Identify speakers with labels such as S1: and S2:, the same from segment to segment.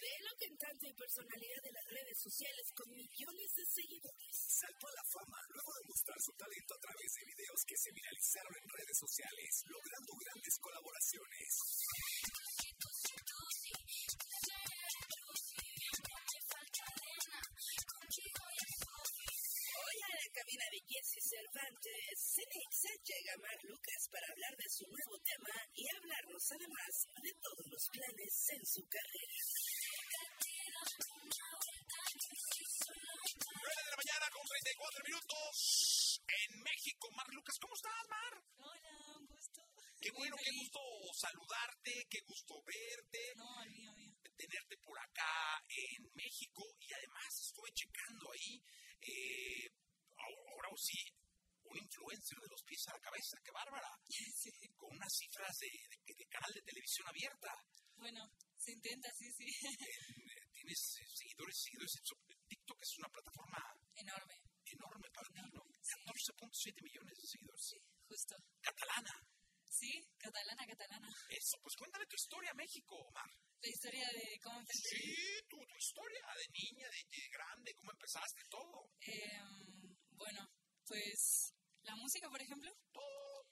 S1: cantante y personalidad de las redes sociales con millones de seguidores.
S2: Saltó a la fama luego de mostrar su talento a través de videos que se viralizaron en redes sociales, logrando grandes colaboraciones.
S1: Hoy a la cabina de Jesse Cervantes, CNX llega Mar Lucas para hablar de su nuevo tema y hablarnos además de todos los planes en su carrera.
S3: 9 de la mañana con 34 minutos en México. Mar Lucas, ¿cómo estás, Mar?
S4: Hola, un gusto.
S3: Qué
S4: Muy
S3: bueno, qué
S4: feliz.
S3: gusto saludarte, qué gusto verte,
S4: No, el mío, mío.
S3: tenerte por acá en México. Y además estuve checando ahí, eh, ahora ahora sí, un influencer de los pies a la cabeza, qué bárbara. Con unas cifras de, de- de canal de televisión abierta.
S4: Bueno, se intenta, sí, sí.
S3: Eh, Tienes eh, seguidores, seguidores. en su- TikTok es una plataforma
S4: Enorme,
S3: enorme para ti, ¿no? 14.7 millones de seguidores.
S4: justo.
S3: Catalana.
S4: Sí, catalana, catalana.
S3: Eso, pues cuéntame tu historia, México, Omar.
S4: La historia de cómo empecé.
S3: Sí, tu, tu historia de niña, de, de grande, cómo empezaste, todo.
S4: Em, bueno, pues la música, por ejemplo.
S3: Todo.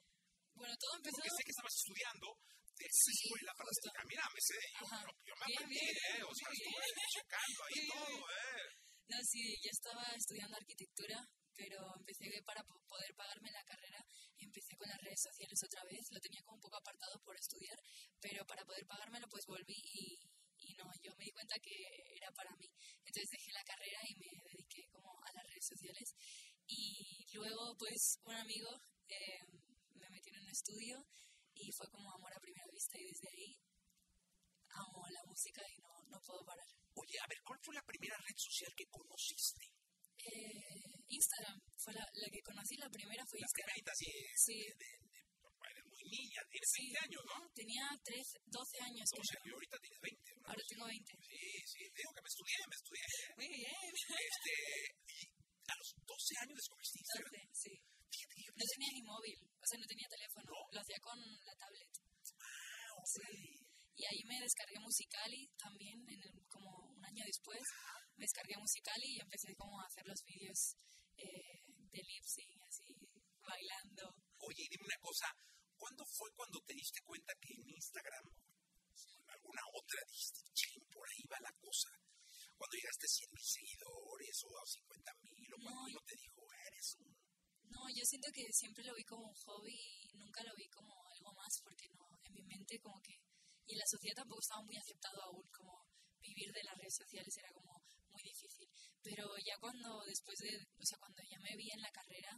S4: Bueno, todo empezó.
S3: Porque sé que estabas estudiando de esa
S4: Sí,
S3: escuela para
S4: justo.
S3: decir, "Ah, mira, me sé, yo,
S4: Ajá.
S3: yo me
S4: Bien,
S3: aprendí,
S4: bien,
S3: ¿eh? O sea,
S4: muy
S3: estuve
S4: bien.
S3: checando ahí
S4: Muy
S3: todo,
S4: bien.
S3: ¿eh?
S4: No, sí, yo estaba estudiando arquitectura, pero empecé para po- poder pagarme la carrera, empecé con las redes sociales otra vez, lo tenía como un poco apartado por estudiar, pero para poder pagármelo pues volví y, y no, yo me di cuenta que era para mí. Entonces dejé la carrera y me dediqué como a las redes sociales. Y luego pues un amigo eh, me metió en un estudio y fue como amor a primera vista y desde ahí amo la música y no, no puedo parar.
S3: Oye, a ver, ¿cuál fue la primera red social que conociste?
S4: Eh, Instagram fue la, la que conocí, la primera fue
S3: Las
S4: Instagram.
S3: primeritas, Este,
S4: Sí.
S3: sí. de- de- de- eres muy niña, tienes
S4: Sí.
S3: 20 años, ¿no?
S4: Tenía 13, 12 años,
S3: O sea,
S4: creo.
S3: yo ahorita tienes 20. ¿no?
S4: ahora tengo 20.
S3: Sí, sí, te digo que me estudié, me estudié.
S4: Muy bien.
S3: Este, y a los 12 años descubriste Instagram.
S4: 12, sí.
S3: Fíjate que yo
S4: No tenía ni móvil, o sea, no tenía teléfono, lo hacía con la tablet. Sí. Y ahí me descargué Musicali también, en el- como un año después, me descargué Musicali y empecé como a hacer los vídeos eh, de lip sync, así, bailando.
S3: Oye, y dime una cosa, ¿cuándo fue cuando te diste cuenta que en Instagram o en alguna otra dijiste, "Chin, por ahí va la cosa? Cuando llegaste a 100 mil seguidores o a 50 mil, o cuando
S4: No,
S3: uno te dijo, eres un...
S4: No, yo siento que siempre lo vi como un hobby y nunca lo vi como algo más porque no, en mi mente como que... Y la sociedad tampoco estaba muy aceptado aún, como vivir de las redes sociales era como muy difícil. Pero ya cuando después de, o sea, cuando ya me vi en la carrera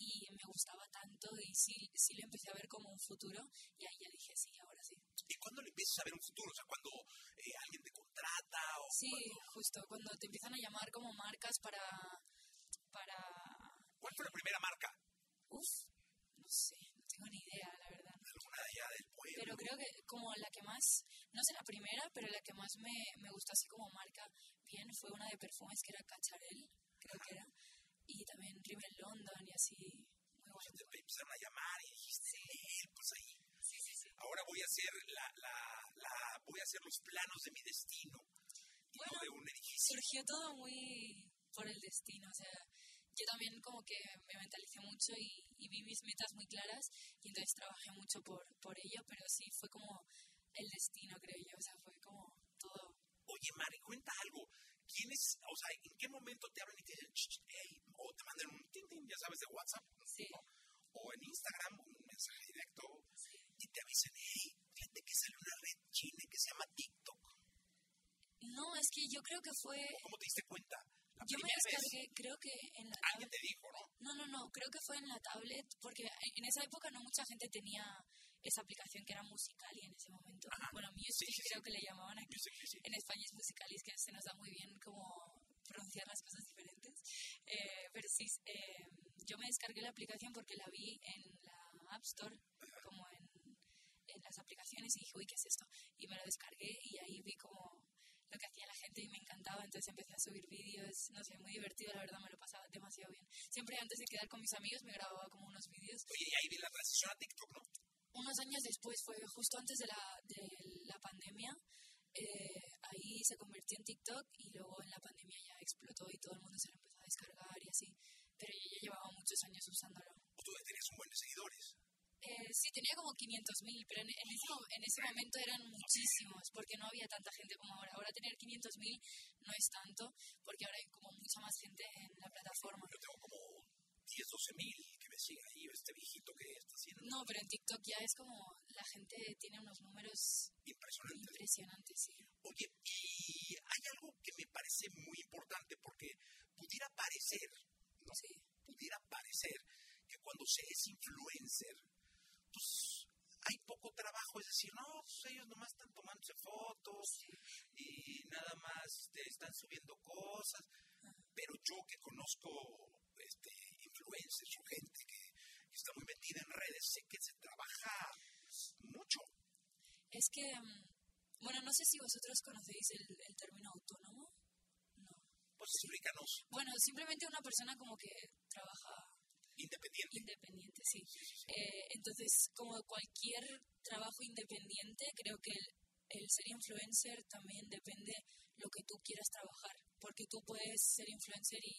S4: y me gustaba tanto y sí, sí le empecé a ver como un futuro y ahí ya dije, sí, ahora sí.
S3: ¿Y cuándo le empiezas a ver un futuro? O sea, cuando eh, alguien te contrata o...
S4: Sí,
S3: cuando-
S4: justo, cuando te empiezan a llamar como marcas para... para
S3: ¿Cuál fue la primera marca?
S4: Uf, no sé, no tengo ni idea, la verdad.
S3: ¿Alguna de allá del pueblo?
S4: Pero creo que como la que más, no sé la primera, pero la que más me, me gustó así como marca bien fue una de perfumes que era Cacharel, creo que era. Y también Rimmel London y así. Muy
S3: Entonces
S4: bueno.
S3: te empezaron a llamar y dijiste, "Eh, pues ahí,
S4: Sí, sí, sí.
S3: ahora voy a hacer la, la, la, voy a hacer los planos de mi destino. Y no
S4: Bueno,
S3: de un edificio.
S4: surgió todo muy por el destino, o sea, yo también como que me mentalicé mucho y, y vi mis metas muy claras y entonces trabajé mucho por, por ello, pero sí fue como el destino, creo yo, o sea, fue como todo.
S3: Oye, Mari, cuenta algo. ¿Quién es, o sea, en qué momento te hablan y te dicen, "Ch, ch, hey, o te mandan un tin, tin, ya sabes, de WhatsApp,
S4: Sí,
S3: o en Instagram, un mensaje directo, y te avisan, hey, fíjate que sale una red china que se llama TikTok.
S4: no, es que yo creo que fue
S3: ¿Cómo te diste cuenta? La
S4: Eh. Yo me
S3: primera vez,
S4: descargué, creo que en la
S3: alguien
S4: tablet.
S3: te dijo, ¿no?
S4: No, no, no, creo que fue en la tablet, porque en esa época no mucha gente tenía esa aplicación que era musical y en ese momento. Bueno, Music
S3: sí, sí.
S4: creo que le llamaban aquí.
S3: Music.ly, sí.
S4: En España es Musicalis, que se nos da muy bien como pronunciar las cosas diferentes. Eh, pero sí, eh, yo me descargué la aplicación porque la vi en la App Store, como en, en las aplicaciones, y dije, uy, ¿qué es esto? Y me la descargué y ahí vi como lo que hacía la gente y me encantaba, entonces empecé a subir vídeos, no sé, muy divertido, la verdad me lo pasaba demasiado bien. Siempre antes de quedar con mis amigos me grababa como unos vídeos.
S3: Oye, y ahí vi la transición a TikTok, ¿no?
S4: Unos años después, fue justo antes de la, de la pandemia, eh, ahí se convirtió en TikTok y luego en la pandemia ya explotó y todo el mundo se lo empezó a descargar y así. Pero yo ya llevaba muchos años usándolo.
S3: ¿O Pues tú ya tenías un buen de seguidores?
S4: Eh, sí, tenía como 500.000, pero en, en ese, mo- en ese momento eran muchísimos, porque no había tanta gente como ahora. Ahora tener 500.000 no es tanto, porque ahora hay como mucha más gente en la plataforma.
S3: Yo tengo como 10, 12 mil que me siguen ahí, este viejito que está haciendo
S4: No, pero en TikTok ya es como la gente tiene unos números
S3: impresionante.
S4: impresionantes. sí.
S3: Oye, y hay algo que me parece muy importante porque pudiera parecer, ¿no?
S4: Sí.
S3: pudiera parecer que cuando se es influencer, pues hay poco trabajo, es decir, no, pues, ellos nomás están tomándose fotos y nada más este, están subiendo cosas,
S4: Ah.
S3: pero yo que conozco este, influencers o gente que, que está muy metida en redes, sé que se trabaja mucho.
S4: Es que, mm, bueno, no sé si vosotros conocéis el, el término autónomo. No.
S3: Pues explícanos,
S4: Bueno, simplemente una persona como que trabaja
S3: independiente.
S4: independiente, sí. Eh, entonces, como cualquier trabajo independiente, creo que el, el ser influencer también depende lo que tú quieras trabajar, porque tú puedes ser influencer y,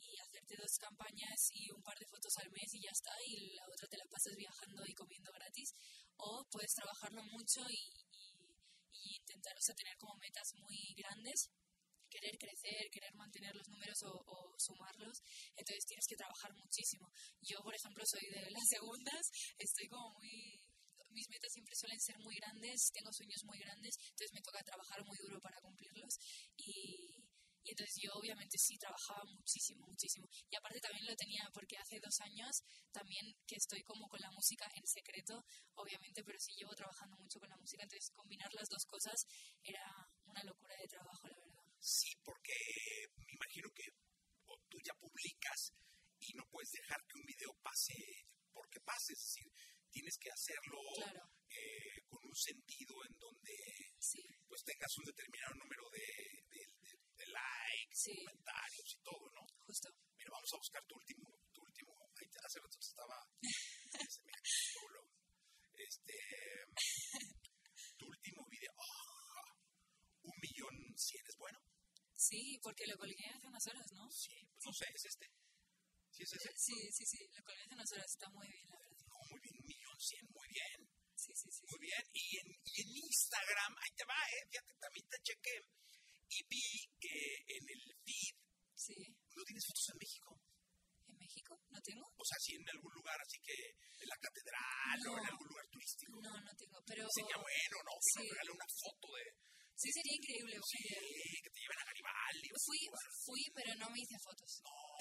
S4: y hacerte dos campañas y un par de fotos al mes y ya está, y la otra te la pasas viajando y comiendo gratis, o puedes trabajarlo mucho y, y- y intentar, o sea, tener como metas muy grandes querer crecer, querer mantener los números o- o sumarlos, entonces tienes que trabajar muchísimo. Yo, por ejemplo, soy de las segundas, estoy como muy... Mis metas siempre suelen ser muy grandes, tengo sueños muy grandes, entonces me toca trabajar muy duro para cumplirlos. Y, y entonces yo obviamente sí trabajaba muchísimo, muchísimo. Y aparte también lo tenía porque hace dos años también que estoy como con la música en secreto, obviamente, pero sí llevo trabajando mucho con la música, entonces combinar las dos cosas era una locura de trabajo, la verdad.
S3: Sí, porque me imagino que o tú ya publicas y no puedes dejar que un video pase porque pase, es decir, tienes que hacerlo
S4: Claro,
S3: eh, con un sentido en donde
S4: sí,
S3: pues tengas un determinado número de, de- de- de likes,
S4: Sí.
S3: comentarios y todo, ¿no?
S4: justo.
S3: Mira, vamos a buscar tu último, tu último, ahí te- hace rato te estaba, se me solo. este, tu último video, ¡Ah! un millón cien, ¿es bueno?
S4: Sí, porque lo colgué hace unas horas, ¿no?
S3: Sí, pues no sé, es este. Sí, es ese.
S4: Sí, sí, sí, lo colgué hace unas horas, está muy bien, la verdad.
S3: No, muy bien, un millón cien, muy bien,
S4: Sí, sí, sí.
S3: muy bien. Y en, y en Instagram, ahí te va, eh, fíjate, también te chequé y vi que en el feed
S4: Sí,
S3: no tienes fotos en México.
S4: en México no tengo.
S3: O sea, sí en algún lugar, así que en la catedral o en
S4: No.
S3: algún lugar turístico.
S4: No, no tengo, pero
S3: Sería bueno, ¿no? Que nos
S4: Sí.
S3: regale una foto de...
S4: sí sería increíble.
S3: Sí,
S4: porque
S3: que te lleven a Garibaldi. o
S4: Fui,
S3: algo así.
S4: fui, pero no me hice fotos.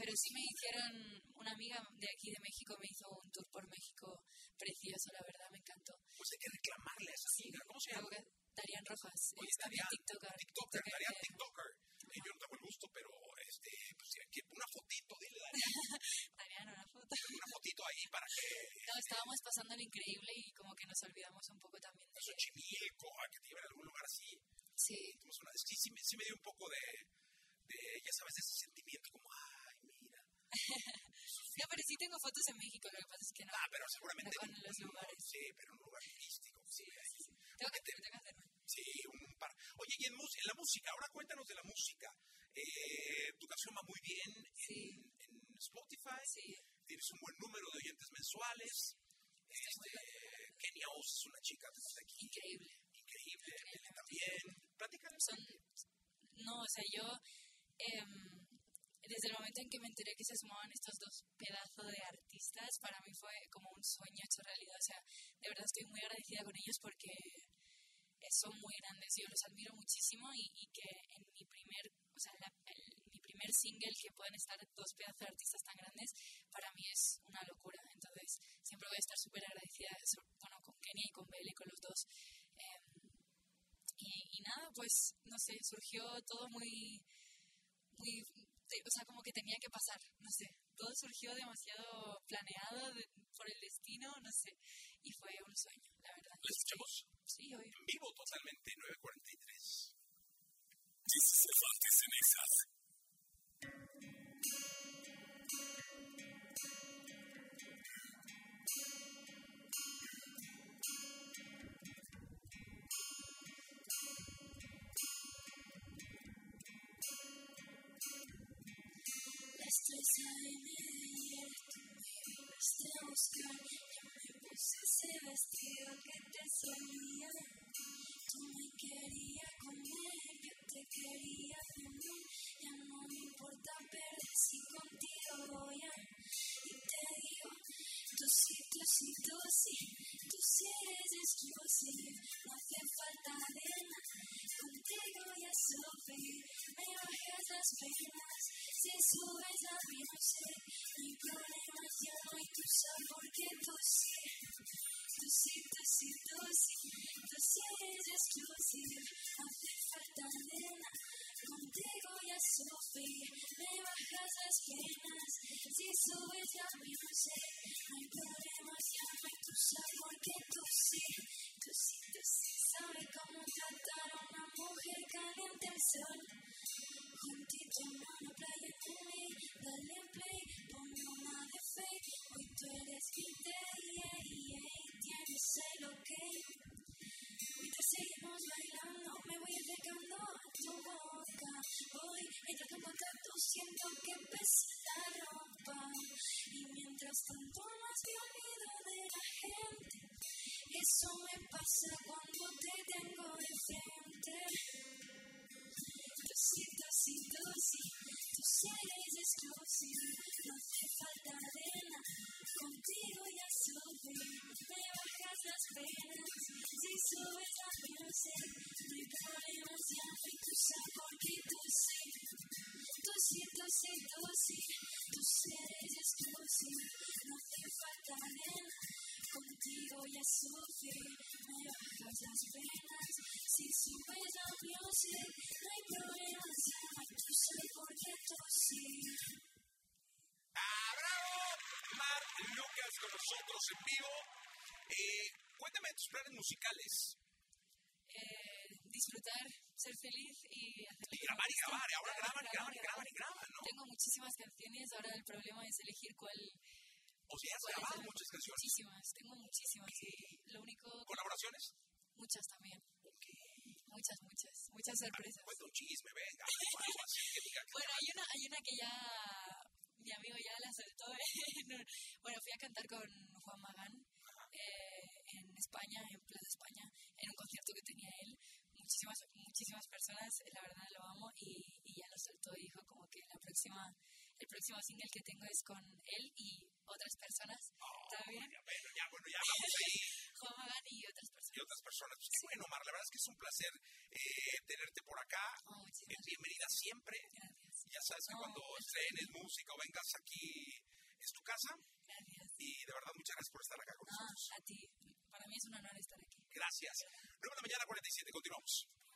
S4: Pero sí me hicieron, una amiga de aquí de México me hizo un tour por México precioso, la verdad, me encantó.
S3: Pues hay que reclamarle a esa amiga. ¿Cómo se llama?
S4: Algo que- Darían Rojas,
S3: Oye,
S4: es también
S3: Darían,
S4: TikToker.
S3: TikToker,
S4: TikToker
S3: Darían
S4: de-
S3: TikToker. Eh, yo no tengo el gusto, pero este, pues, si aquí una fotito, dile Darían,
S4: Darían, una foto.
S3: una fotito ahí para que
S4: No, estábamos pasando lo increíble y como que nos olvidamos un poco también de...
S3: eso chimilco, a que te lleven a algún lugar así.
S4: Sí,
S3: Como suena. Sí, sí, me- sí me dio un poco de, de, ya sabes, de ese sentimiento como, ay, mira.
S4: no, pero sí tengo fotos en México, lo que pasa es que no.
S3: Ah, pero seguramente.
S4: Pero con
S3: en-
S4: los
S3: no,
S4: lugares.
S3: Sí, pero en un lugar turístico. Sí, ahí.
S4: Tengo que, tengo que hacerlo.
S3: Sí, un par. Oye, y en, mus- en la música, ahora cuéntanos de la música. Eh, tu canción va muy bien
S4: Sí.
S3: en, en Spotify.
S4: Sí,
S3: Tienes un buen número de oyentes mensuales. Este, Kenia Oz es una chica que está aquí,
S4: increíble.
S3: increíble. Ele también. Platícanos.
S4: son no o sea yo em, desde el momento en que me enteré que se sumaban estos dos pedazos de artistas para mí fue como un sueño hecho realidad o sea de verdad estoy muy agradecida con ellos porque eh, son muy grandes yo los admiro muchísimo y, y que en mi primer o sea la- el- mi primer single que puedan estar dos pedazos de artistas tan grandes para mí es una locura entonces siempre voy a estar súper agradecida so- bueno con Kenia y con Bele con los dos Em, y, y nada, pues, no sé, surgió todo muy, muy, te- o sea, como que tenía que pasar, no sé, todo surgió demasiado planeado de- por el destino, no sé, y fue un sueño, la verdad.
S3: La escuchamos
S4: Sí, obvio.
S3: en vivo totalmente, 9.43.
S2: Jesse Cervantes en Exas.
S4: Quiero
S5: ¡Ah, bravo! Mar Lucas con nosotros en vivo. Eh, cuéntame de tus planes musicales.
S4: Eh, disfrutar, ser feliz y hacer
S5: Y grabar y grabar. Ahora graban y graban y graban y graban, ¿no?
S4: Tengo muchísimas canciones, ahora el problema es elegir cuál.
S5: O sea, has
S4: cuál
S5: grabado
S4: hacer.
S5: muchas canciones.
S4: Muchísimas, tengo muchísimas. y Lo único,
S5: ¿Colaboraciones?
S4: muchas también. Muchas, muchas, muchas sorpresas.
S5: Cuenta un chisme, venga. algo, algo así que diga que-
S4: Bueno, hay una, hay una que ya mi amigo ya la soltó. en un- bueno, fui a cantar con Juan Magán eh, en España, en Plaza España, en un concierto que tenía él. Muchísimas, muchísimas personas, eh, la verdad lo amo y, y ya lo soltó y dijo como que la próxima, el próximo single que tengo es con él y otras personas también.
S5: "Oh, Ya, bueno, ya, bueno, ya vamos ahí.
S4: Juan Magán y otras
S5: Y
S4: personas.
S5: otras personas. Pues, qué bueno, Mar, la verdad es que es un placer eh, tenerte por acá.
S4: Oh,
S5: Eh,
S4: muchísimas
S5: bienvenida siempre.
S4: gracias.
S5: Ya sabes que
S4: No,
S5: cuando estrenes música o vengas aquí es tu casa.
S4: Gracias.
S5: Y de verdad, muchas gracias por estar acá con
S4: Ah,
S5: nosotros.
S4: a ti. Para mí es un honor estar aquí.
S5: Gracias. 9 de la mañana, 47. Continuamos.